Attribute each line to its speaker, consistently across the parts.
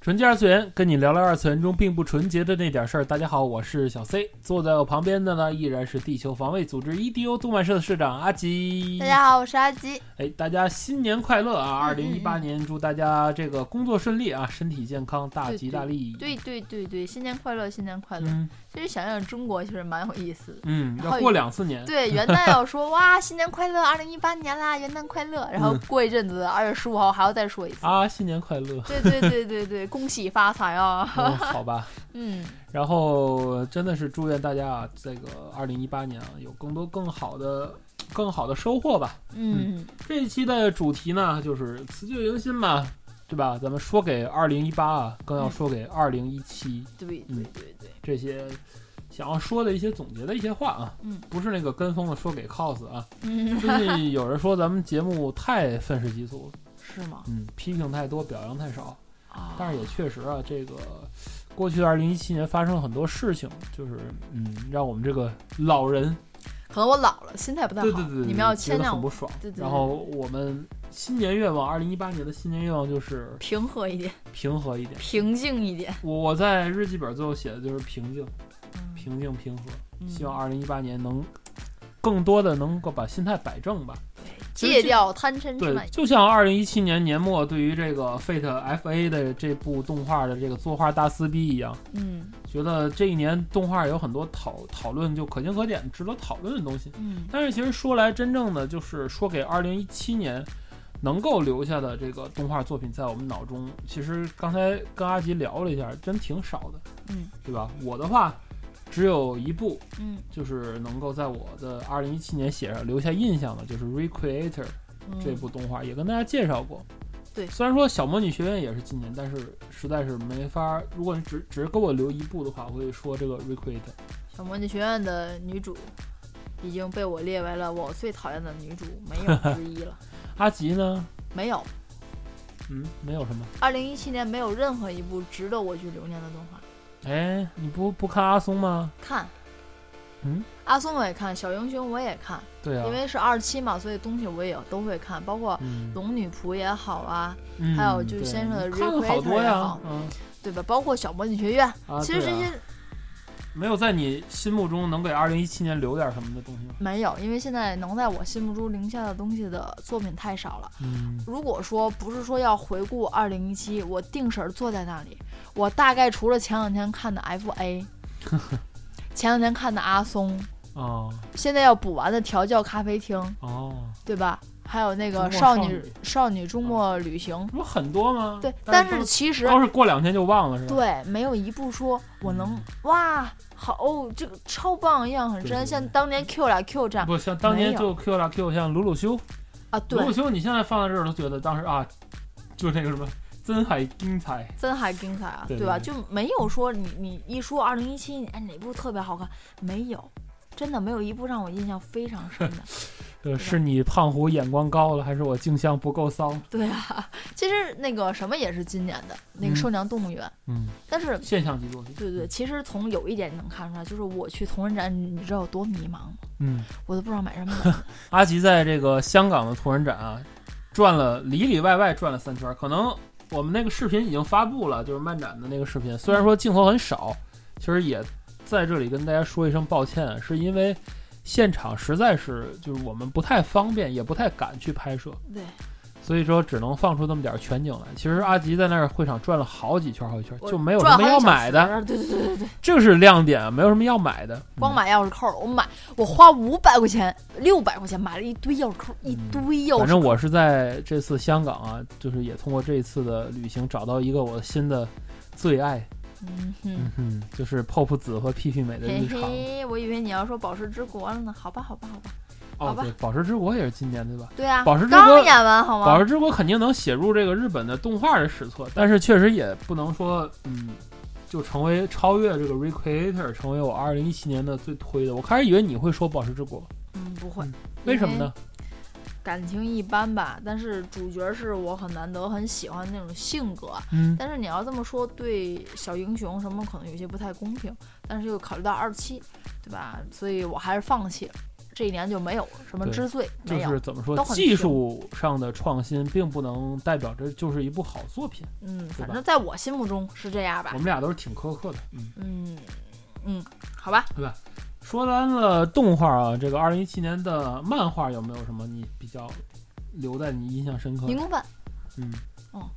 Speaker 1: 纯洁二次元，跟你聊聊二次元中并不纯洁的那点事儿。大家好，我是小 C，坐在我旁边的呢依然是地球防卫组织 E EDO 动漫社的社长阿吉。
Speaker 2: 大家好，我是阿吉。
Speaker 1: 哎，大家新年快乐啊！二
Speaker 2: 嗯
Speaker 1: 零一
Speaker 2: 嗯
Speaker 1: 八年，祝大家这个工作顺利啊，身体健康，大吉大利。
Speaker 2: 对对对对，新年快乐，新年快乐。
Speaker 1: 嗯
Speaker 2: 其实想想中国其实蛮有意思的。
Speaker 1: 嗯，
Speaker 2: 然后
Speaker 1: 要过两次年。
Speaker 2: 对，元旦要说 哇，新年快乐，二零一八年啦，元旦快乐。然后
Speaker 1: 嗯
Speaker 2: 过一阵子，二月十五号还要再说一次。。
Speaker 1: 啊，新年快乐
Speaker 2: 对对对对对，恭喜发财 啊！
Speaker 1: 嗯好吧，
Speaker 2: 嗯，
Speaker 1: 然后真的是祝愿大家啊，这个二零一八年啊，有更多更好的、更好的收获吧。
Speaker 2: 嗯，
Speaker 1: 这一期的主题呢，就是辞旧迎新嘛，对吧？咱们说给二零一八啊，更要说给二零一七
Speaker 2: 对对对对，
Speaker 1: 这些想要说的一些总结的一些话啊，
Speaker 2: 嗯，
Speaker 1: 不是那个跟风的说给 cos 啊。
Speaker 2: 嗯，
Speaker 1: 最近有人说咱们节目太愤世嫉俗了，
Speaker 2: 是吗？
Speaker 1: 嗯，批评太多，表扬太少，
Speaker 2: 啊，
Speaker 1: 但是也确实啊，这个。过去的二零一七年发生了很多事情，就是嗯，让我们这个老人
Speaker 2: 可能我老了，心态不太好。
Speaker 1: 对对对，对
Speaker 2: 你们要
Speaker 1: 觉
Speaker 2: 见
Speaker 1: 得
Speaker 2: 谅
Speaker 1: 很不
Speaker 2: 我，
Speaker 1: 爽。
Speaker 2: 对对对
Speaker 1: 然后我们新年愿望，二零一八年的新年愿望就是
Speaker 2: 平和一点，
Speaker 1: 平和一点。
Speaker 2: 平静一点。
Speaker 1: 我我在日记本最后写的就是平静、
Speaker 2: 嗯
Speaker 1: 平静、平和。
Speaker 2: 嗯
Speaker 1: 希望二零一八年能更多的能够把心态摆正吧。其实
Speaker 2: 戒
Speaker 1: 这
Speaker 2: 掉贪嗔痴
Speaker 1: 对
Speaker 2: 慢疑。，
Speaker 1: 就像二零一七年年末对于这个 Fate FA 的这部动画的这个作画大撕逼一样，
Speaker 2: 嗯
Speaker 1: 觉得这一年动画有很多讨讨论就可圈可点、值得讨论的东西。
Speaker 2: 嗯
Speaker 1: 但是其实说来，真正的就是说给二零一七年能够留下的这个动画作品，在我们脑中，其实刚才跟阿吉聊了一下，真挺少的，
Speaker 2: 嗯
Speaker 1: 对吧？我的话，只有一部，
Speaker 2: 嗯
Speaker 1: 就是能够在我的二零一七年写上留下印象的，就是《Recreator》
Speaker 2: 嗯，
Speaker 1: 这部动画，也跟大家介绍过。
Speaker 2: 对
Speaker 1: 虽然说小魔女学院也是今年，但是实在是没法儿。如果你只只给我留一部的话，我会说这个《Recreator》。
Speaker 2: 小魔女学院的女主已经被我列为了我最讨厌的女主，没 有之一了。
Speaker 1: 阿吉呢？
Speaker 2: 没有，
Speaker 1: 嗯，没有什么。
Speaker 2: 二零一七年没有任何一部值得我去留念的动画。
Speaker 1: 哎，你不不看阿松吗？
Speaker 2: 看，
Speaker 1: 嗯，
Speaker 2: 阿松我也看，小英雄我也看，
Speaker 1: 对啊，
Speaker 2: 因为是二期嘛，所以东西我也都会看，包括
Speaker 1: 嗯，
Speaker 2: 龙女仆也好啊，
Speaker 1: 嗯
Speaker 2: 还有就是
Speaker 1: 对
Speaker 2: 先生的
Speaker 1: 你看了好
Speaker 2: Recreator
Speaker 1: 多
Speaker 2: 也
Speaker 1: 呀
Speaker 2: 好，
Speaker 1: 嗯
Speaker 2: 对吧？包括小魔女学院，
Speaker 1: 啊，
Speaker 2: 其实
Speaker 1: 对
Speaker 2: 这
Speaker 1: 啊
Speaker 2: 些
Speaker 1: 没有在你心目中能给二零一七年留点什么的东西吗？
Speaker 2: 没有，因为现在能在我心目中留下的东西的作品太少了。
Speaker 1: 嗯，
Speaker 2: 如果说不是说要回顾二零一七，我定神儿坐在那里，我大概除了前两天看 的 FA，前两天看的阿松，
Speaker 1: 哦
Speaker 2: 现在要补完的调教咖啡厅，
Speaker 1: 哦，
Speaker 2: 对吧？还有那个
Speaker 1: 中国少
Speaker 2: 少女少女周末旅行，
Speaker 1: 不是很多吗？
Speaker 2: 对，
Speaker 1: 但
Speaker 2: 但
Speaker 1: 是
Speaker 2: 是其实
Speaker 1: 都都是过两天就忘了是吧？
Speaker 2: 对没有一部说我能
Speaker 1: 嗯
Speaker 2: 哇好、哦，这个超棒，印象很
Speaker 1: 对
Speaker 2: 深，
Speaker 1: 对
Speaker 2: 像
Speaker 1: 对
Speaker 2: 当年 Q 俩 Q 站
Speaker 1: 不像当年
Speaker 2: 啊没
Speaker 1: 就
Speaker 2: 有
Speaker 1: Q 啦 Q，像鲁鲁修，
Speaker 2: 啊，
Speaker 1: 鲁
Speaker 2: 对
Speaker 1: 鲁，修，你现在放在这儿都觉得当时啊，就那个什么真海精彩，
Speaker 2: 真还精彩啊，
Speaker 1: 对
Speaker 2: 吧？
Speaker 1: 对
Speaker 2: 就没有说你你一说二零一七，哎哪部特别好看？没有，真的没有一部让我印象非常深 的。
Speaker 1: 呃，是你胖虎眼光高了，还是我镜像不够骚？
Speaker 2: 对啊，其实那个什么也是今年的那个
Speaker 1: 嗯
Speaker 2: 《兽娘动物园》
Speaker 1: 嗯，
Speaker 2: 但是
Speaker 1: 现象级作品，
Speaker 2: 对对，，其实从有一点能看出来，就是我去同人展，你知道有多迷茫吗？
Speaker 1: 嗯。
Speaker 2: 我都不知道买什么买。
Speaker 1: 阿吉在这个香港的同人展啊，转了里里外外转了三圈儿。可能我们那个视频已经发布了，就是漫展的那个视频，虽然说镜头很少，其实也在这里跟大家说一声抱歉，啊是因为现场实在是就是我们不太方便，也不太敢去拍摄，
Speaker 2: 对
Speaker 1: 所以说只能放出那么点儿全景来。其实阿吉在那儿会场转了好几圈儿，好几圈儿
Speaker 2: 我
Speaker 1: 就没有
Speaker 2: 转
Speaker 1: 什
Speaker 2: 了
Speaker 1: 么
Speaker 2: 好
Speaker 1: 要
Speaker 2: 几
Speaker 1: 买的，
Speaker 2: 小时，对对对对对，
Speaker 1: 这个是亮点啊，没有什么要买的，嗯
Speaker 2: 光。买钥匙扣儿，我买我花五百块钱、六百块钱买了一堆钥匙扣儿，一
Speaker 1: 嗯
Speaker 2: 堆钥匙扣儿。
Speaker 1: 反正我是在这次香港啊，就是也通过这一次的旅行找到一个我新的最爱，
Speaker 2: 嗯哼。
Speaker 1: 嗯哼，就是 POP 子和 PP 美的
Speaker 2: 嘿
Speaker 1: 日常。
Speaker 2: 嘿，我以为你要说宝石之国了呢。好吧，好吧，好吧，好
Speaker 1: 哦，
Speaker 2: 吧
Speaker 1: 对，《宝石之国》也是今年对吧？
Speaker 2: 对啊，
Speaker 1: 宝石之
Speaker 2: 刚
Speaker 1: 歌
Speaker 2: 演完好
Speaker 1: 《
Speaker 2: 吗？
Speaker 1: 宝石之国》肯定能写入这个日本的动画的史册，但是确实也不能说，嗯，就成为超越这个 Recreator，成为我二零一七年的最推的。我开始以为你会说《宝石之国》，
Speaker 2: 嗯，不会
Speaker 1: 嗯。为什么呢？？
Speaker 2: 感情一般吧，但是主角是我很难得很喜欢那种性格。
Speaker 1: 嗯，
Speaker 2: 但是你要这么说，对小英雄什么可能有些不太公平，但是又考虑到二期，对吧？所以我还是放弃了。这一年就没有什么
Speaker 1: 对
Speaker 2: 之最，
Speaker 1: 就
Speaker 2: 没有。
Speaker 1: 是怎么说
Speaker 2: 都，很
Speaker 1: 技术上的创新并不能代表这就是一部好作品。
Speaker 2: 嗯，反
Speaker 1: 吧
Speaker 2: 正在我心目中是这样吧
Speaker 1: 我。们俩都是挺苛刻的，嗯。
Speaker 2: 嗯嗯，好吧。
Speaker 1: 说完了动画啊，这个二零一七年的漫画有没有什么你比较留在你印象深刻的
Speaker 2: 民？工版，
Speaker 1: 嗯，
Speaker 2: 哦，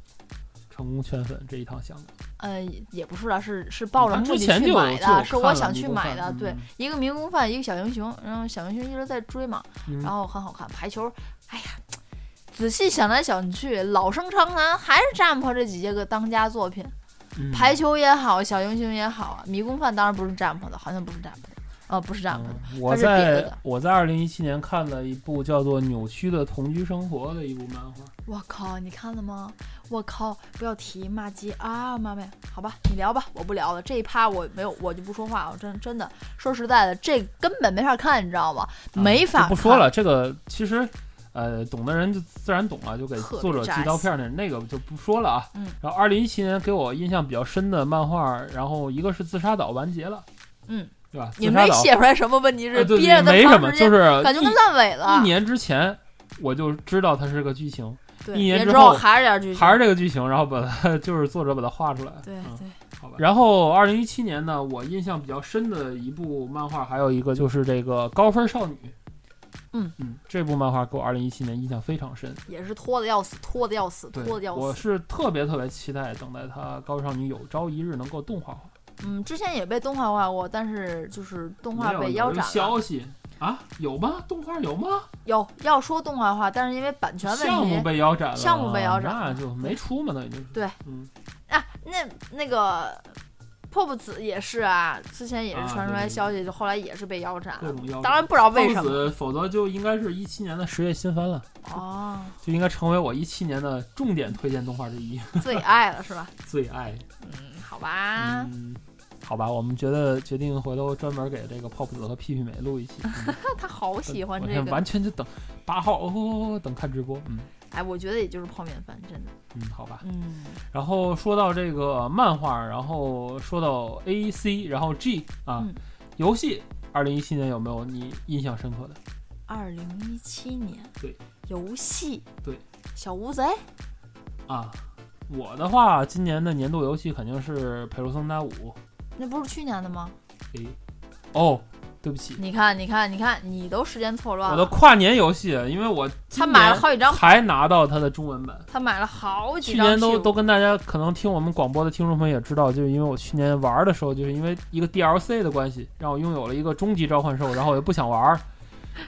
Speaker 1: 成功圈粉这一趟项目，
Speaker 2: 呃，也不是啦，是是抱着
Speaker 1: 嗯
Speaker 2: 目的
Speaker 1: 之前就
Speaker 2: 去
Speaker 1: 有
Speaker 2: 买
Speaker 1: 就有
Speaker 2: 的，是我
Speaker 1: 看了
Speaker 2: 想
Speaker 1: 民
Speaker 2: 去
Speaker 1: 工
Speaker 2: 买
Speaker 1: 饭
Speaker 2: 的。对
Speaker 1: 嗯，
Speaker 2: 一个民工饭，一个小英雄，然后小英雄一直在追嘛，
Speaker 1: 嗯
Speaker 2: 然后很好看。排球，哎呀，仔细想来想去，老生常谈，还是占破这几个当家作品。
Speaker 1: 嗯
Speaker 2: 排球也好，小英雄也好，啊迷宫饭当然不是占卜的，好像不是占卜的，呃，不是占卜的，
Speaker 1: 嗯我
Speaker 2: 它是别的
Speaker 1: 在我在二零一七年看了一部叫做《扭曲的同居生活》的一部漫画，
Speaker 2: 我靠，你看了吗？我靠，不要提骂街啊，妈咪，好吧，你聊吧，我不聊了。这一趴我没有，我就不说话。我真真的说实在的，这根本没法看，你知道吗？
Speaker 1: 啊
Speaker 2: 没法
Speaker 1: 就不
Speaker 2: 看
Speaker 1: 说了。这个其实，呃，懂的人就自然懂了，就给
Speaker 2: 特别
Speaker 1: 作者寄刀片儿那那个就不说了啊。
Speaker 2: 嗯
Speaker 1: 然后二零一七年给我印象比较深的漫画，然后一个是《自杀岛》完结了，
Speaker 2: 嗯，
Speaker 1: 对吧？
Speaker 2: 也
Speaker 1: 自杀
Speaker 2: 没
Speaker 1: 岛
Speaker 2: 写出来什么问题，
Speaker 1: 呃
Speaker 2: 是
Speaker 1: 对
Speaker 2: 憋
Speaker 1: 对，
Speaker 2: 着
Speaker 1: 没
Speaker 2: 那
Speaker 1: 什
Speaker 2: 么
Speaker 1: 么，
Speaker 2: 长时
Speaker 1: 就
Speaker 2: 间，
Speaker 1: 是
Speaker 2: 感觉
Speaker 1: 一
Speaker 2: 跟烂尾了
Speaker 1: 一。年之前我就知道它是个剧情，
Speaker 2: 对，
Speaker 1: 一年
Speaker 2: 也
Speaker 1: 之
Speaker 2: 知道
Speaker 1: 后
Speaker 2: 还是点剧情，
Speaker 1: 还是这个剧情，然后把它 就是作者把它画出来。
Speaker 2: 对
Speaker 1: 嗯
Speaker 2: 对，
Speaker 1: 好吧。然后二零一七年呢，我印象比较深的一部漫画，还有一个就是这个《高分少女》。
Speaker 2: 嗯
Speaker 1: 嗯，这部漫画给我二零一七年印象非常深。
Speaker 2: 也是拖的要死，拖的要死，
Speaker 1: 对
Speaker 2: 拖的，要
Speaker 1: 我
Speaker 2: 死。
Speaker 1: 是特别特别期待等待它《高分少女》有朝一日能够动画化。
Speaker 2: 嗯，之前也被动画化过，但是就是动画
Speaker 1: 没
Speaker 2: 被
Speaker 1: 有
Speaker 2: 腰
Speaker 1: 有
Speaker 2: 斩了。
Speaker 1: 消息啊？有吗？动画有吗？
Speaker 2: 有要说动画化，但是因为版权问题，
Speaker 1: 项目被腰斩了，啊
Speaker 2: 项目被腰斩
Speaker 1: 那
Speaker 2: 了
Speaker 1: 就没出嘛，那已经是。
Speaker 2: 对，
Speaker 1: 嗯，
Speaker 2: 啊，那那个 pop 子也是啊，之前也
Speaker 1: 啊
Speaker 2: 是传出
Speaker 1: 对对
Speaker 2: 来
Speaker 1: 对
Speaker 2: 消息，就后来也是被腰斩
Speaker 1: 各
Speaker 2: 了
Speaker 1: 种腰斩。
Speaker 2: 当然不知道为什
Speaker 1: 豆
Speaker 2: 么
Speaker 1: 子否则就应该是一七年的十月新番了，
Speaker 2: 哦，
Speaker 1: 就应该成为我一七年的重点推荐动画之一，
Speaker 2: 最爱了是吧？
Speaker 1: 最爱。
Speaker 2: 嗯，好吧，
Speaker 1: 嗯，好吧，我们觉得决定回头专门给这个泡泡子和屁屁美录一期。 嗯
Speaker 2: 那他好喜欢
Speaker 1: 我
Speaker 2: 这
Speaker 1: 现在
Speaker 2: 个。
Speaker 1: 完全就等八号哦等看直播。嗯
Speaker 2: 哎，我觉得也就是泡面饭，真的。
Speaker 1: 嗯，好吧。
Speaker 2: 嗯，
Speaker 1: 然后说到这个漫画，然后说到 A C，然后 G 啊，
Speaker 2: 嗯
Speaker 1: 游戏，二零一七年有没有你印象深刻的？
Speaker 2: 二零一七年，
Speaker 1: 对，
Speaker 2: 游戏，
Speaker 1: 对，
Speaker 2: 小乌贼，
Speaker 1: 啊，我的话，今年的年度游戏肯定是《佩鲁森达五》。
Speaker 2: 那不是去年的吗？
Speaker 1: 诶，哦，对不起，
Speaker 2: 你看，你看，你看，你都时间错乱
Speaker 1: 我的
Speaker 2: 了。
Speaker 1: 跨年游戏，因为我
Speaker 2: 他
Speaker 1: 今
Speaker 2: 买了
Speaker 1: 年
Speaker 2: 好几张，
Speaker 1: 才拿到它的中文版。
Speaker 2: 他买了好几
Speaker 1: 去
Speaker 2: 张
Speaker 1: 年
Speaker 2: P
Speaker 1: 都
Speaker 2: 五
Speaker 1: 都跟大家可能听我们广播的听众朋友也知道，就是因为我去年玩的时候，就是因为一个 DLC 的关系，让我拥有了一个终极召唤兽，然后我也不想玩儿，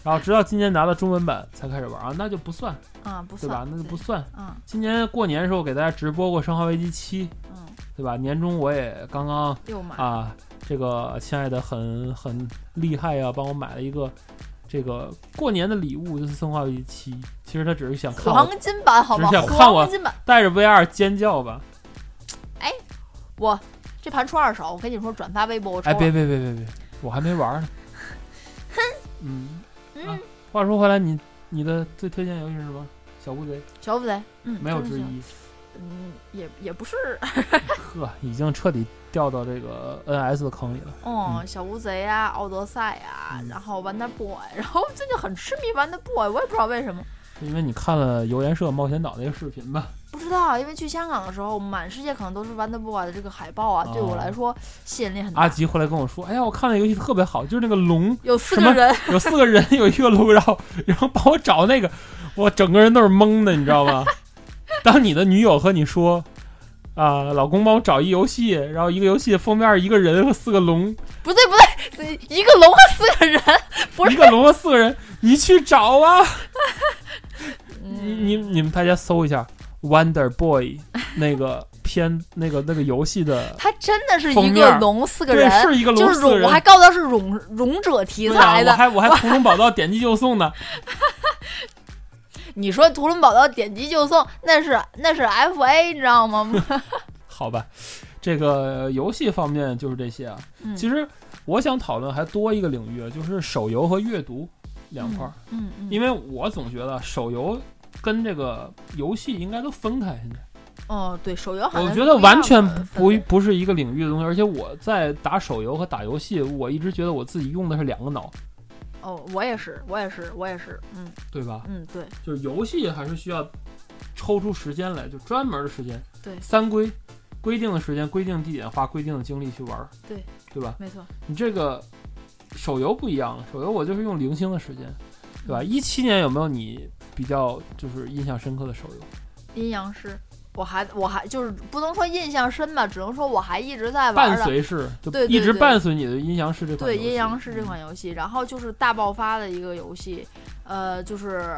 Speaker 1: 然后直到今年拿到中文版才开始玩儿啊，那就不算，
Speaker 2: 啊，不
Speaker 1: 对
Speaker 2: 算，
Speaker 1: 吧？那就不算。
Speaker 2: 啊，
Speaker 1: 今年过年的时候给大家直播过《生化危机七》，
Speaker 2: 嗯，
Speaker 1: 对吧？年终我也刚刚
Speaker 2: 又买，
Speaker 1: 啊，这个亲爱的很很厉害呀、帮我买了一个这个过年的礼物，就是《生化危机七》。其实他只是想看
Speaker 2: 黄
Speaker 1: 我
Speaker 2: 金版好吗
Speaker 1: 只是？想看我
Speaker 2: 黄金版，
Speaker 1: 带着 VR 尖叫吧。
Speaker 2: 我这盘出二手，我跟你说，转发微博我抽
Speaker 1: 哎，
Speaker 2: 了。
Speaker 1: 别别别别别，我还没玩呢。嗯，啊
Speaker 2: 嗯，
Speaker 1: 话说回来，你你的最推荐游戏是什么？小乌贼
Speaker 2: 小乌贼，嗯，
Speaker 1: 没有嗯
Speaker 2: 真
Speaker 1: 之
Speaker 2: 是小，
Speaker 1: 一，
Speaker 2: 嗯，也也不 是，
Speaker 1: 呵，已经彻底掉到这个 NS 的坑里了。
Speaker 2: 哦，小乌贼啊，奥德赛啊，
Speaker 1: 嗯
Speaker 2: 然后 Wonder Boy，然后最近很痴迷 Wonder Boy，我也不知道为什么，
Speaker 1: 是因为你看了油盐社冒险岛那个视频吧？
Speaker 2: 不知道，因为去香港的时候，满世界可能都是 Wonder Boy 的这个海报啊，对我
Speaker 1: 哦
Speaker 2: 来说吸引力很大。
Speaker 1: 阿吉回来跟我说，哎呀，我看了游戏特别好，就是那个龙
Speaker 2: 有四
Speaker 1: 什
Speaker 2: 个
Speaker 1: 么
Speaker 2: 人，
Speaker 1: 有四个人，有一个龙，然后然后帮我找那个，我整个人都是懵的，你知道吗？当你的女友和你说。啊，老公帮我找一游戏，然后一个游戏封面一个人和四个龙，
Speaker 2: 不对不对，一个龙和四个人，不是
Speaker 1: 一个龙和四个人，你去找啊！你
Speaker 2: 嗯
Speaker 1: 你你们大家搜一下 Wonder Boy 那个片那个那个游戏的，
Speaker 2: 他真的是
Speaker 1: 封
Speaker 2: 一
Speaker 1: 面
Speaker 2: 个
Speaker 1: 儿
Speaker 2: 龙四个
Speaker 1: 对，
Speaker 2: 人，
Speaker 1: 是一个
Speaker 2: 就
Speaker 1: 龙
Speaker 2: 是
Speaker 1: 四
Speaker 2: 勇，
Speaker 1: 人
Speaker 2: 我还告诉他是勇勇者题
Speaker 1: 对啊
Speaker 2: 材的。
Speaker 1: 我还我还 屠龙宝刀点击就送呢，
Speaker 2: 你说《屠龙宝刀》点击就送，那是那是 F A，你知道吗？
Speaker 1: 好吧，这个游戏方面就是这些啊。
Speaker 2: 嗯
Speaker 1: 其实我想讨论还多一个领域，啊就是手游和阅读 两块儿，
Speaker 2: 嗯嗯，
Speaker 1: 因
Speaker 2: 为
Speaker 1: 为我总觉得手游跟这个游戏应该都分开。现在
Speaker 2: 哦对，手游好像
Speaker 1: 我
Speaker 2: 是
Speaker 1: 觉得
Speaker 2: 不一样
Speaker 1: 完全
Speaker 2: 的
Speaker 1: 不
Speaker 2: 分类
Speaker 1: 不是一个领域的东西，而且我在打手游和打游戏，我一直觉得我自己用的是两个脑，
Speaker 2: 哦，我也是，我也是，我也是，嗯
Speaker 1: 对吧？
Speaker 2: 嗯对，
Speaker 1: 就是游戏还是需要抽出时间来，就专门的时间。
Speaker 2: 对
Speaker 1: 三规，规定的时间、规定地点，花规定的精力去玩儿。
Speaker 2: 对，
Speaker 1: 对吧？
Speaker 2: 没错，
Speaker 1: 你这个手游不一样了，手游我就是用零星的时间，对吧？
Speaker 2: 嗯
Speaker 1: 一七年有没有你比较就是印象深刻的手游？
Speaker 2: 阴阳师。我还我还就是不能说印象深吧，只能说我还一直在玩
Speaker 1: 伴
Speaker 2: 的。
Speaker 1: 随式，就
Speaker 2: 对对
Speaker 1: 一直
Speaker 2: 对
Speaker 1: 伴随你的阴阳师这款游
Speaker 2: 对
Speaker 1: 戏。
Speaker 2: 阴阳师这
Speaker 1: 嗯
Speaker 2: 款游戏，然后就是大爆发的一个游戏，呃，就是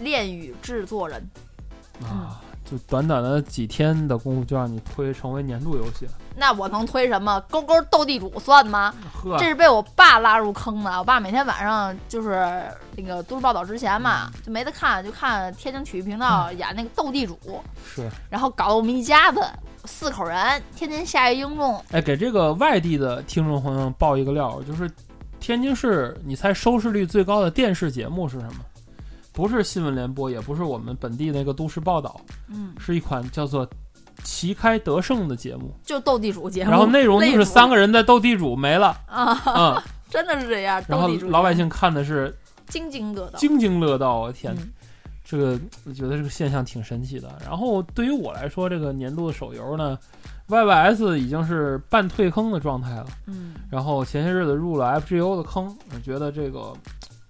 Speaker 2: 恋与制作人。
Speaker 1: 啊，就短短的几天的功夫就让你推成为年度游戏了，
Speaker 2: 那我能推什么？勾勾斗地主算吗？
Speaker 1: 呵，
Speaker 2: 这是被我爸拉入坑的。我爸每天晚上就是那个都市报道之前嘛，
Speaker 1: 嗯
Speaker 2: 就没得看，就看天津体育频道演那个斗地主，
Speaker 1: 是
Speaker 2: 然后搞得我们一家子嗯四口人天天下一应用。
Speaker 1: 哎，给这个外地的听众朋友们报一个料，就是天津市，你猜收视率最高的电视节目是什么？不是新闻联播，也不是我们本地那个都市报道，
Speaker 2: 嗯，
Speaker 1: 是一款叫做《旗开得胜》的节目，
Speaker 2: 就斗地主节目，
Speaker 1: 然后内容就是三
Speaker 2: 个
Speaker 1: 个人在斗地主，没了，
Speaker 2: 啊，
Speaker 1: 嗯，
Speaker 2: 真的是这样。
Speaker 1: 然 后
Speaker 2: 斗地主
Speaker 1: 老百姓看的是
Speaker 2: 津津乐道。
Speaker 1: 津津乐道，我啊天，
Speaker 2: 嗯
Speaker 1: 这个我觉得这个现象挺神奇的。然后对于我来说，这个年度的手游呢，YYS 已经是半退坑的状态了。
Speaker 2: 嗯
Speaker 1: 然后前些日子入了 FGO 的坑，我觉得这个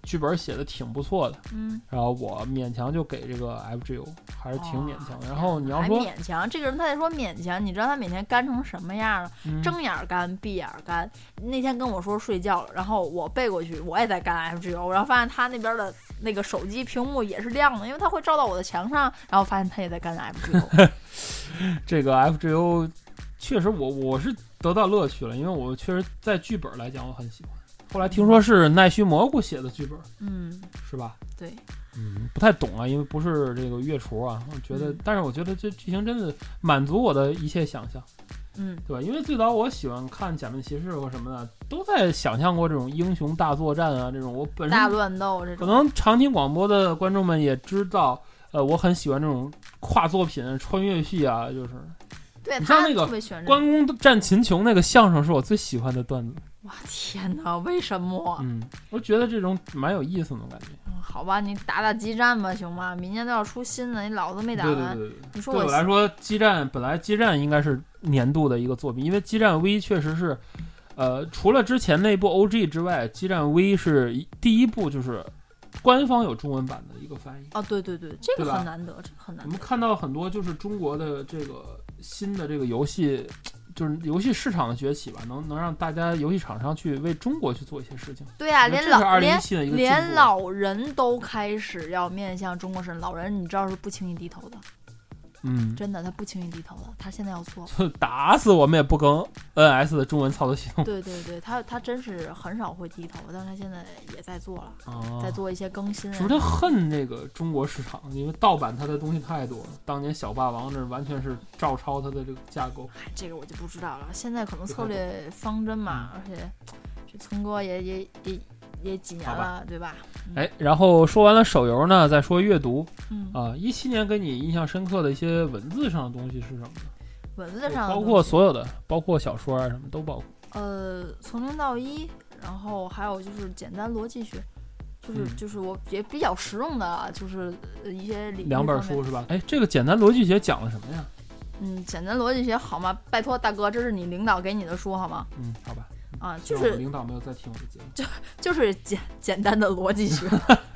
Speaker 1: 剧本写的挺不错的，
Speaker 2: 嗯，
Speaker 1: 然后我勉强就给这个 FGO，还是挺勉强的。
Speaker 2: 哦
Speaker 1: 然后你要
Speaker 2: 还
Speaker 1: 说，
Speaker 2: 勉强，这个人他得说勉强，你知道他每天干成什么样了？
Speaker 1: 嗯、
Speaker 2: 睁眼儿干，闭眼儿干。那天跟我说睡觉了，然后我背过去，我也在干 FGO，然后发现他那边的那个手机屏幕也是亮的，因为它会照到我的墙上，然后发现他也在干 FGO。
Speaker 1: 这个 FGO 确实我我是得到乐趣了，因为我确实在剧本来讲我很喜欢。后来听说是奈须蘑菇写的剧本，
Speaker 2: 嗯，
Speaker 1: 是吧？
Speaker 2: 对，
Speaker 1: 嗯，不太懂啊，因为不是这个月厨啊，我觉得，
Speaker 2: 嗯
Speaker 1: 但是我觉得这剧情真的满足我的一切想象。
Speaker 2: 嗯
Speaker 1: 对吧？因为最早我喜欢看《假面骑士》或什么的，都在想象过这种英雄大作战啊，这种我本
Speaker 2: 大
Speaker 1: 身
Speaker 2: 乱斗这
Speaker 1: 可
Speaker 2: 种。
Speaker 1: 能常听广播的观众们也知道，呃，我很喜欢这种跨作品穿越戏啊，就是
Speaker 2: 嗯对
Speaker 1: 你像
Speaker 2: 他
Speaker 1: 那个
Speaker 2: 特别喜欢这
Speaker 1: 关
Speaker 2: 种。
Speaker 1: 公战秦琼那个相声是我最喜欢的段子，
Speaker 2: 哇天哪，为什么？
Speaker 1: 嗯，我觉得这种蛮有意思的感觉。
Speaker 2: 嗯好吧，你打打激战吧，行吗？明年都要出新的，你老子
Speaker 1: 对
Speaker 2: 没打
Speaker 1: 对
Speaker 2: 完。
Speaker 1: 对对对。
Speaker 2: 你说
Speaker 1: 对我来说，激战本来激战应该是年度的一个作品，因为激战 V 确实是，呃，除了之前那部 OG 之外，激战 V 是一第一部就是官方有中文版的一个翻译。
Speaker 2: 哦，对对对，这
Speaker 1: 对
Speaker 2: 个
Speaker 1: 吧嗯
Speaker 2: 很难得，这个很难
Speaker 1: 我
Speaker 2: 得
Speaker 1: 们。看到很多就是中国的这个新的这个游戏，就是游戏市场的崛起吧，能能让大家游戏厂商去为中国去做一些事情。
Speaker 2: 对呀、
Speaker 1: 我觉得
Speaker 2: 连
Speaker 1: 这是
Speaker 2: 老
Speaker 1: 二零
Speaker 2: 连
Speaker 1: 一七的一个进
Speaker 2: 连
Speaker 1: 步
Speaker 2: 老人都开始要面向中国神，老人你知道是不轻易低头的，
Speaker 1: 嗯，。
Speaker 2: 真的他不轻易低头的，他现在要做
Speaker 1: 就打死我们也不更 NS 的中文操作系统。
Speaker 2: 对对对，他他真是很少会低头，但是他现在也在做了，
Speaker 1: 啊
Speaker 2: 在做一些更新啊。
Speaker 1: 是不是他恨这个中国市场？因为盗版它的东西太多了。当年小霸王这完全是照抄它的这个架构。
Speaker 2: 哎这个我就不知道了。现在可能
Speaker 1: 不太
Speaker 2: 策略方针嘛，
Speaker 1: 嗯
Speaker 2: 而且这村哥也也也也几年
Speaker 1: 好吧
Speaker 2: 了，对吧？
Speaker 1: 哎，然后说完了手游呢，再说阅读
Speaker 2: 嗯，
Speaker 1: 啊。一、七年给你印象深刻的一些文字上的东西是什么呢？
Speaker 2: 文字上的
Speaker 1: 包
Speaker 2: 东
Speaker 1: 括
Speaker 2: 西
Speaker 1: 所有的，包括小说啊什么都包括。
Speaker 2: 呃，从零到一，然后还有就是简单逻辑学，就是、
Speaker 1: 嗯
Speaker 2: 就是我也比较实用的啊，就是呃一些理
Speaker 1: 两本
Speaker 2: 方面
Speaker 1: 书是吧？哎，这个简单逻辑学讲了什么呀？
Speaker 2: 嗯，简单逻辑学好吗？拜托大哥，这是你领导给你的书好吗？
Speaker 1: 嗯，好吧。
Speaker 2: 啊，
Speaker 1: 希
Speaker 2: 就
Speaker 1: 望我
Speaker 2: 是
Speaker 1: 领导没有再听我的节 目。
Speaker 2: 就是简简单的逻辑学，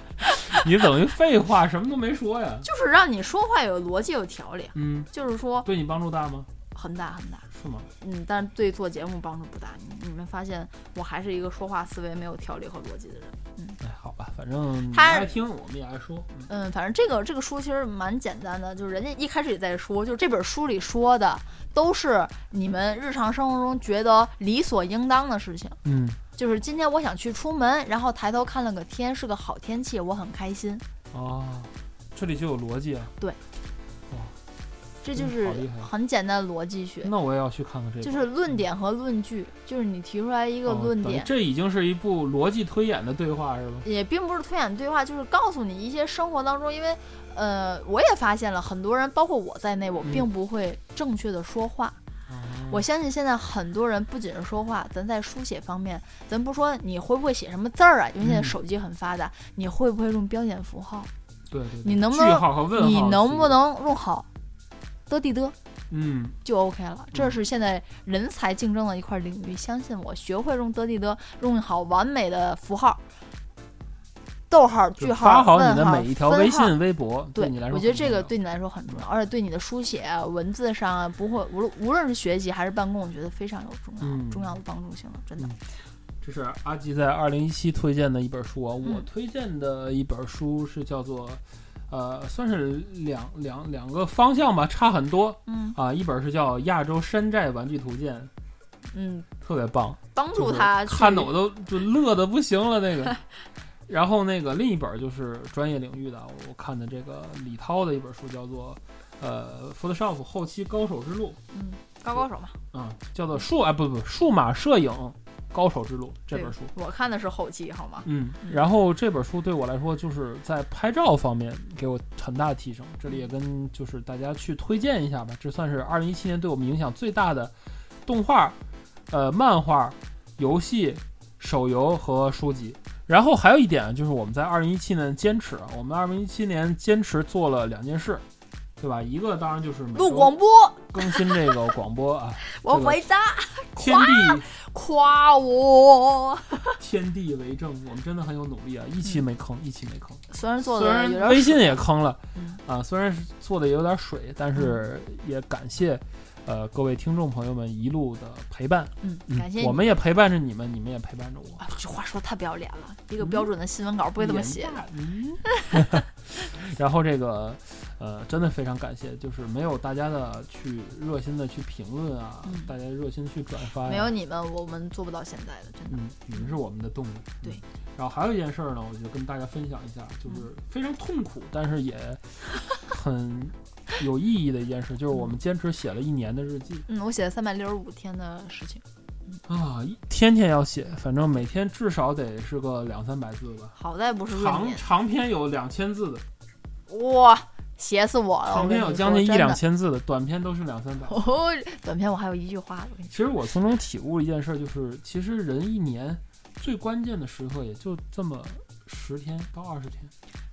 Speaker 1: 你等于废话，什么都没说 呀。
Speaker 2: 就是让你说话有逻辑有条理，啊
Speaker 1: 嗯，
Speaker 2: 就是说
Speaker 1: 对你帮助大吗？
Speaker 2: 很大很大，
Speaker 1: 是吗？
Speaker 2: 嗯，但是对做节目帮助不大。你你们发现我还是一个说话思维没有条理和逻辑的人，
Speaker 1: 哎，好吧。吧，反正你
Speaker 2: 他
Speaker 1: 爱听我们也爱说。嗯
Speaker 2: 嗯，反正这个这个书其实蛮简单的，就是人家一开始也在说，就是这本书里说的都是你们日常生活中觉得理所应当的事情。
Speaker 1: 嗯，
Speaker 2: 就是今天我想去出门，然后抬头看了个天，是个好天气，我很开心。
Speaker 1: 哦，这里就有逻辑啊。
Speaker 2: 这
Speaker 1: 嗯
Speaker 2: 就是
Speaker 1: 好厉害嗯
Speaker 2: 很简单的逻辑学，
Speaker 1: 那我也要去看看这个。
Speaker 2: 就是论点和论据，就是你提出来一个
Speaker 1: 哦
Speaker 2: 论
Speaker 1: 等于
Speaker 2: 点，
Speaker 1: 这已经是一部逻辑推演的对话是吧？
Speaker 2: 也并不是推演对话，就是告诉你一些生活当中，因为呃，我也发现了很多人，包括我在内，我
Speaker 1: 嗯
Speaker 2: 并不会正确的说话。
Speaker 1: 哦
Speaker 2: 我相信现在很多人不仅是说话，咱在书写方面，咱不说你会不会写什么字儿啊，因为现在
Speaker 1: 嗯
Speaker 2: 手机很发达，你会不会用标点符号，
Speaker 1: 对对对，
Speaker 2: 你能不
Speaker 1: 句
Speaker 2: 能
Speaker 1: 号和问号，
Speaker 2: 你能不？能用好的地的
Speaker 1: 嗯，
Speaker 2: 就 OK 了。这是现在人才竞争的一块领域，相信我，学会用的地的，用好完美的符号。逗号、
Speaker 1: 就
Speaker 2: 句号、
Speaker 1: 发好
Speaker 2: 问
Speaker 1: 你的
Speaker 2: 号
Speaker 1: 每一条
Speaker 2: 分
Speaker 1: 微
Speaker 2: 号
Speaker 1: 信、微博，
Speaker 2: 对
Speaker 1: 你来说，
Speaker 2: 我觉得这个
Speaker 1: 很重要
Speaker 2: 对你来说很重要，而且对你的书写、啊、文字上啊，不会无论无论是学习还是办公，我觉得非常有重要、
Speaker 1: 嗯
Speaker 2: 重要的帮助性了，真的。
Speaker 1: 这是阿吉在二零一七推荐的一本书啊。
Speaker 2: 嗯
Speaker 1: 我推荐的一本书是叫做，呃，算是两两两个方向吧，差很多
Speaker 2: 嗯
Speaker 1: 啊。一本是叫《亚洲山寨玩具图鉴》，
Speaker 2: 嗯，
Speaker 1: 特别棒，
Speaker 2: 帮助
Speaker 1: 就是
Speaker 2: 他去
Speaker 1: 看的我都就乐的不行了那个。然后那个另一本就是专业领域的，我看的这个李涛的一本书叫做，呃，Photoshop 后期高手之路，
Speaker 2: 嗯高高手嘛。
Speaker 1: 啊、叫做数啊不不数码摄影高手之路这本书。
Speaker 2: 我看的是后期，好吗？
Speaker 1: 嗯，然后这本书对我来说就是在拍照方面给我很大的提升。这里也跟就是大家去推荐一下吧，这算是二零一七年对我们影响最大的动画、呃漫画、游戏、手游和书籍。然后还有一点啊就是我们在二零一七年坚持，啊，我们二零一七年坚持做了两件事，对吧？一个当然就是每周
Speaker 2: 录广播，
Speaker 1: 更新这个广播 啊，嗯
Speaker 2: 我
Speaker 1: 这个
Speaker 2: 回答
Speaker 1: 天地
Speaker 2: 夸我。
Speaker 1: 天地为证，我们真的很有努力啊，一
Speaker 2: 嗯
Speaker 1: 期没坑，一期没坑。
Speaker 2: 虽然做
Speaker 1: 虽
Speaker 2: 的有
Speaker 1: 然
Speaker 2: 点
Speaker 1: 微信也坑了
Speaker 2: 嗯，
Speaker 1: 啊，虽然是做的有点水，但是也感谢，呃，各位听众朋友们一路的陪伴，
Speaker 2: 嗯，
Speaker 1: 嗯
Speaker 2: 感谢
Speaker 1: 我
Speaker 2: 你。
Speaker 1: 们也陪伴着你们，你们也陪伴着我。
Speaker 2: 啊，这话说太不要脸了！一
Speaker 1: 嗯
Speaker 2: 个标准的新闻稿不会这么写
Speaker 1: 脸。大嗯， 然后这个，呃，真的非常感谢，就是没有大家的去热心的去评论啊，
Speaker 2: 嗯
Speaker 1: 大家热心去转发、呀。
Speaker 2: 没有你们，我们做不到现在的，真的。
Speaker 1: 嗯，你们是我们的动力。
Speaker 2: 对嗯
Speaker 1: 嗯然后还有一件事儿呢，我就跟大家分享一下，就是非常痛苦，但是也很有意义的一件事，就是我们坚持写了一年的日记
Speaker 2: 嗯，我写了三百六十五天的事情，
Speaker 1: 啊，一天天要写，反正每天至少得是个两三百字吧。
Speaker 2: 好在不是闰
Speaker 1: 长
Speaker 2: 年。
Speaker 1: 长篇有两千字的，
Speaker 2: 哇，写死我了！
Speaker 1: 长
Speaker 2: 哦我跟
Speaker 1: 篇
Speaker 2: 你
Speaker 1: 有
Speaker 2: 说
Speaker 1: 将近一
Speaker 2: 真的
Speaker 1: 两千字的，短篇都是两三百。
Speaker 2: 哦， 短片我还有一句话，我跟你
Speaker 1: 其实我从中体悟一件事儿，就是其实人一年最关键的时刻也就这么十天到二十天。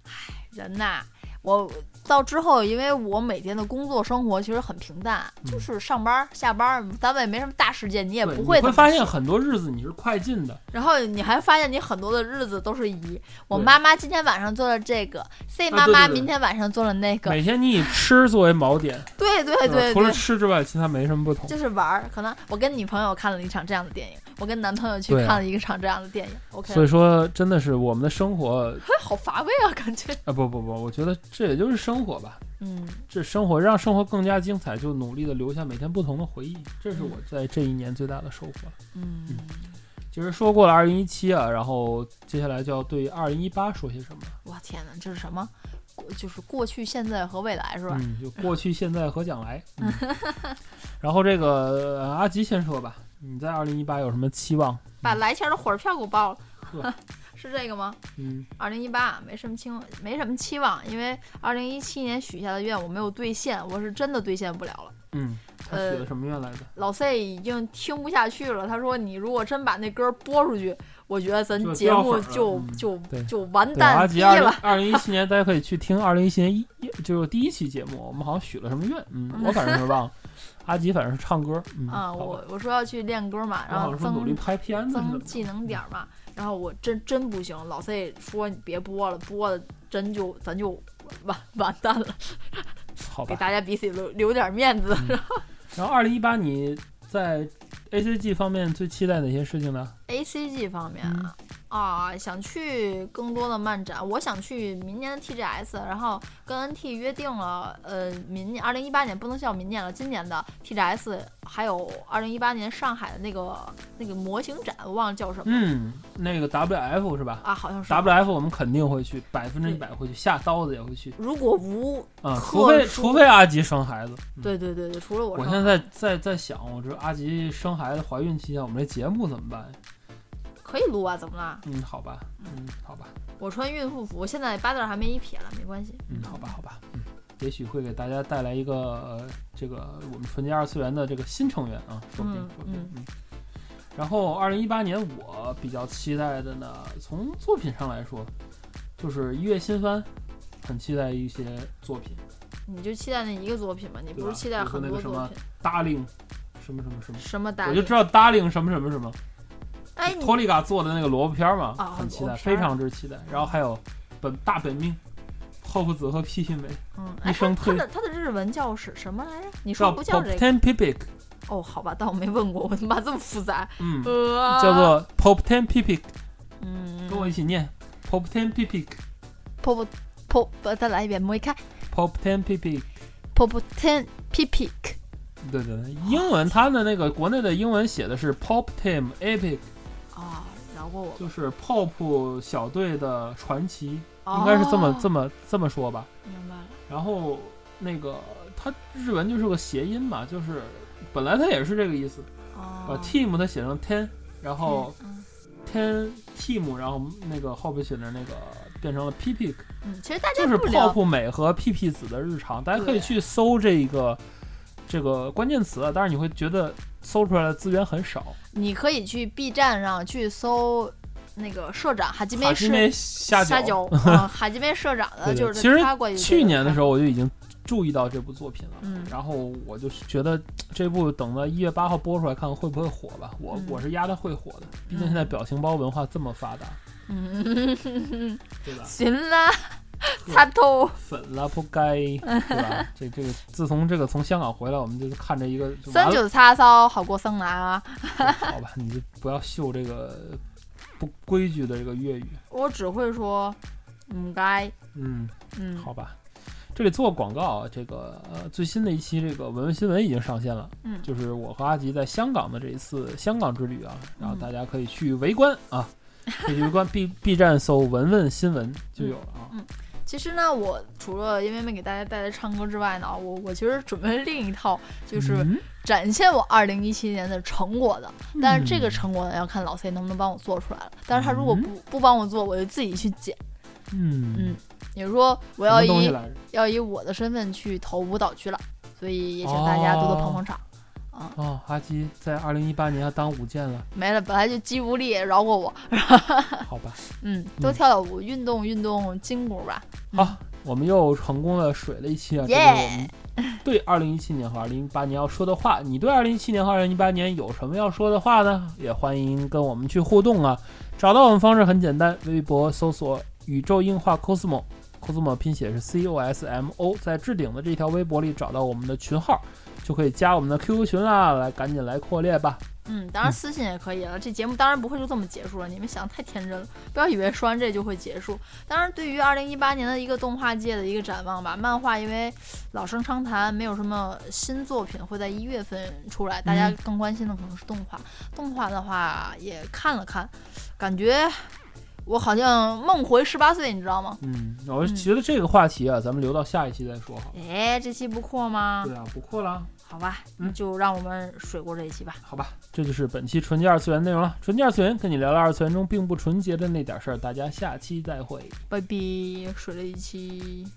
Speaker 2: 说，人呐，我到之后，因为我每天的工作生活其实很平淡，就是上班下班，单位没什么大事件，你也
Speaker 1: 嗯对
Speaker 2: 不
Speaker 1: 你
Speaker 2: 会
Speaker 1: 会
Speaker 2: 怎么
Speaker 1: 发现
Speaker 2: 想。
Speaker 1: 很多日子你是快进的，
Speaker 2: 然后你还发现你很多的日子都是一，我
Speaker 1: 对
Speaker 2: 妈妈今天晚上做了这个，C 妈
Speaker 1: 对啊
Speaker 2: 妈
Speaker 1: 对
Speaker 2: 明天晚上做了那个，
Speaker 1: 每天你以吃作为锚点，
Speaker 2: 对对
Speaker 1: 是吧
Speaker 2: 哎对
Speaker 1: 除了
Speaker 2: 对，
Speaker 1: 吃之外，其他没什么不同。
Speaker 2: 就是玩儿。可能我跟女朋友看了一场这样的电影，我跟男朋友去
Speaker 1: 对啊
Speaker 2: 看了一场这样的电影。OK，
Speaker 1: 所以说，真的是我们的生活啊、
Speaker 2: 好乏味啊，感觉。
Speaker 1: 不不不，我觉得这也就是生活吧。
Speaker 2: 嗯，
Speaker 1: 这生活让生活更加精彩，就努力的留下每天不同的回忆，这是我在这一年最大的收获。
Speaker 2: 嗯，
Speaker 1: 其实说过了二零一七啊，然后接下来就要对二零一八说些什么，
Speaker 2: 我天哪，这是什么？过就是过去、现在和未来是吧？
Speaker 1: 嗯，就过去、现在和将来。 嗯然后这个、呃阿吉先说吧，你在二零一八有什么期望？
Speaker 2: 把来钱的火车票给我报了
Speaker 1: 呵，
Speaker 2: 是这个吗？
Speaker 1: 嗯
Speaker 2: 二零一八没什么期望，没什么期望，因为二零一七年许下的愿我没有兑现，我是真的兑现不了了。
Speaker 1: 嗯，他许
Speaker 2: 呃
Speaker 1: 了什么愿来着？
Speaker 2: 老 C 已经听不下去了，他说：“你如果真把那歌播出去，我觉得咱
Speaker 1: 就
Speaker 2: 节
Speaker 1: 掉粉
Speaker 2: 目
Speaker 1: 儿了
Speaker 2: 就
Speaker 1: 嗯
Speaker 2: 就
Speaker 1: 对
Speaker 2: 就完
Speaker 1: 对，阿
Speaker 2: 蛋逼
Speaker 1: 吉二零
Speaker 2: 了。
Speaker 1: 二零一七年，大家可以去听二零一七年一一就是第一期节目，我们好像许了什么愿，嗯， 我反正是忘了，阿吉反正是唱歌，嗯，
Speaker 2: 啊，
Speaker 1: 好吧
Speaker 2: 我我说要去练歌嘛，
Speaker 1: 我
Speaker 2: 然
Speaker 1: 好
Speaker 2: 后
Speaker 1: 像说努力
Speaker 2: 增
Speaker 1: 拍片子
Speaker 2: 增
Speaker 1: 似
Speaker 2: 技能点儿嘛，然后我真真不行，老 C 说你别播了，播了真就咱就完完蛋了，
Speaker 1: 的，好
Speaker 2: 给
Speaker 1: 吧。
Speaker 2: 大家彼此留留点面子。
Speaker 1: 然后二零一八你在 A C G 方面最期待哪些事情呢？嗯
Speaker 2: A C G 方面啊，啊，想去更多的漫展，我想去明年的 TGS，然后跟 NT 约定了，呃，明年二零一八年不能叫明年了，今年的 TGS 还有二零一八年上海的那个那个模型展，我忘了叫什么、
Speaker 1: 嗯，那个 WF 是吧
Speaker 2: 啊，好像是。
Speaker 1: ？WF 我们肯定会去，百分之一百会去，下刀子也会去
Speaker 2: 如果无
Speaker 1: 啊、
Speaker 2: 特
Speaker 1: 除非
Speaker 2: 殊
Speaker 1: 除非阿吉生孩子。嗯
Speaker 2: 对对对对，除了我
Speaker 1: 我
Speaker 2: 上，
Speaker 1: 现在在在想，我这阿吉生孩子怀孕期间，我们这节目怎么办？
Speaker 2: 可以录啊，怎么啦？
Speaker 1: 嗯，好吧，嗯，好吧，
Speaker 2: 我穿孕妇服，现在八字儿还没一撇了，没关系。
Speaker 1: 嗯，好吧，好吧，嗯，也许会给大家带来一个、呃、这个我们纯洁二次元的这个新成员啊，说不定
Speaker 2: 嗯，
Speaker 1: 说不定
Speaker 2: 嗯，
Speaker 1: 嗯。然后，二零一八年我比较期待的呢，从作品上来说，就是一月新番，很期待一些作品，
Speaker 2: 你就期待那一个作品嘛，你不
Speaker 1: 对吧
Speaker 2: 是期待
Speaker 1: 比如说
Speaker 2: 很
Speaker 1: 那个
Speaker 2: 多
Speaker 1: 什
Speaker 2: 作
Speaker 1: 么
Speaker 2: 品？
Speaker 1: Darling，什么什么什么，
Speaker 2: 什么打？
Speaker 1: 我就知道 Darling 什么什么什么，
Speaker 2: 哎，你
Speaker 1: 托利嘎做的那个萝卜片儿嘛，
Speaker 2: 啊
Speaker 1: 很期
Speaker 2: 萝
Speaker 1: 待，
Speaker 2: 卜片
Speaker 1: 非
Speaker 2: 儿
Speaker 1: 常之期待。然后还有本大本命、后夫子和批评美，
Speaker 2: 嗯，
Speaker 1: 一
Speaker 2: 哎，
Speaker 1: 生
Speaker 2: 他他
Speaker 1: 退
Speaker 2: 的他的日文叫是什么来着？你说
Speaker 1: 叫
Speaker 2: 不叫这
Speaker 1: Pop
Speaker 2: 个？
Speaker 1: Ten p i p i c
Speaker 2: 哦，好吧，但我没问过，我他妈这么复杂？
Speaker 1: 嗯，
Speaker 2: 呃，
Speaker 1: 叫做 Pop Ten p i p i c
Speaker 2: 嗯，
Speaker 1: 跟我一起念 Pop Ten p i p i c
Speaker 2: 婆婆婆婆，呃再来一遍，没开
Speaker 1: Pop Ten p i p i c
Speaker 2: 婆婆 ten p p i c
Speaker 1: 对对对，英文它的那个国内的英文写的是 Pop Team Epic，
Speaker 2: 啊，饶过我吧，
Speaker 1: 就是 Pop 小队的传奇，
Speaker 2: 哦
Speaker 1: 应该是这么这么这么说吧。
Speaker 2: 明白了，
Speaker 1: 然后那个它日文就是个谐音嘛，就是本来它也是这个意思，把哦
Speaker 2: 哦，
Speaker 1: team 它写成 ten，然后
Speaker 2: 嗯，
Speaker 1: ten team，然后那个后边写着那个变成了 p p
Speaker 2: 嗯，其实大家
Speaker 1: 就是
Speaker 2: 不
Speaker 1: 泡
Speaker 2: 聊，
Speaker 1: 泡美和 p p 子的日常，大家可以去搜这个这个关键词，啊，但是你会觉得搜出来的资源很少。
Speaker 2: 你可以去 B 站上去搜那个社长哈基
Speaker 1: 哈
Speaker 2: 梅
Speaker 1: 基
Speaker 2: 社
Speaker 1: 梅下
Speaker 2: 下
Speaker 1: 酒，
Speaker 2: 酒，嗯哈基梅社长的
Speaker 1: 对对
Speaker 2: 就是
Speaker 1: 其实
Speaker 2: 他过去
Speaker 1: 去年的时
Speaker 2: 候，
Speaker 1: 候我就已经注意到这部作品了。
Speaker 2: 嗯，
Speaker 1: 然后我就觉得这部等到一月八号播出来，看看会不会火吧。我、
Speaker 2: 嗯
Speaker 1: 我是压它会火的，毕竟现在表情包文化这么发达，
Speaker 2: 嗯，
Speaker 1: 对吧？
Speaker 2: 行啊啦，擦头，
Speaker 1: 粉啦扑街，对 吧？这这个自从这个从香港回来，我们就是看着一个就完
Speaker 2: 三
Speaker 1: 了，
Speaker 2: 九擦骚好过生来啊。
Speaker 1: 好吧？你就不要秀这个不规矩的这个粤语，
Speaker 2: 我只会说嗯该，
Speaker 1: 嗯，
Speaker 2: 嗯，
Speaker 1: 好吧。这里做个广告啊，这个呃最新的一期这个文文新闻已经上线了，
Speaker 2: 嗯
Speaker 1: 就是我和阿吉在香港的这一次香港之旅啊，然后
Speaker 2: 嗯
Speaker 1: 大家可以去围观啊，可以去围观 B B 站搜“文文新闻”就有了啊。
Speaker 2: 嗯其实呢，我除了因为没给大家带来唱歌之外呢，我我其实准备了另一套，就是
Speaker 1: 嗯，
Speaker 2: 展现我二零一七年的成果的。但是这个
Speaker 1: 嗯
Speaker 2: 成果呢，要看老 C 能不能帮我做出来了。但是他如果不不帮我做，我就自己去剪。
Speaker 1: 嗯
Speaker 2: 嗯，也就是说，
Speaker 1: 我
Speaker 2: 我要
Speaker 1: 东西
Speaker 2: 以
Speaker 1: 来着？
Speaker 2: 要以我的身份去投舞蹈区了，所以也请大家多多捧捧场。
Speaker 1: 哦，阿基在二零一八年要当舞剑 了，
Speaker 2: 没了，本来就肌无力，饶过我。
Speaker 1: 好吧？
Speaker 2: 嗯，多跳跳舞，运动运动筋骨吧。
Speaker 1: 好，我们又成功的水了一期啊，这就是我们
Speaker 2: 耶！
Speaker 1: 对二零一七年和二零一八年要说的话，你对二零一七年和二零一八年有什么要说的话呢？也欢迎跟我们去互动啊！找到我们方式很简单，微博搜索“宇宙硬化 cosmo”，cosmo 拼写是 C O S M O，在置顶的这条微博里找到我们的群号，就可以加我们的 QQ 群啦！来，赶紧来扩列吧！
Speaker 2: 嗯，当然私信也可以啊了。这节目当然不会就这么结束了，你们想得太天真了，不要以为说完这就会结束。当然，对于二零一八年的一个动画界的一个展望吧，漫画因为老生常谈，没有什么新作品会在一月份出来，大家
Speaker 1: 嗯
Speaker 2: 更关心的可能是动画。动画的话也看了看，感觉我好像梦回十八岁，你知道吗？
Speaker 1: 嗯，我觉得这个话题啊，咱们留到下一期再说好了。
Speaker 2: 哎，这期不扩吗
Speaker 1: 对？啊，不扩啦，
Speaker 2: 好吧，
Speaker 1: 嗯
Speaker 2: 就让我们水过这一期吧。
Speaker 1: 好吧，这就是本期纯洁二次元内容了。纯洁二次元跟你聊聊二次元中并不纯洁的那点事儿，大家下期再会。
Speaker 2: 拜拜，水了一期。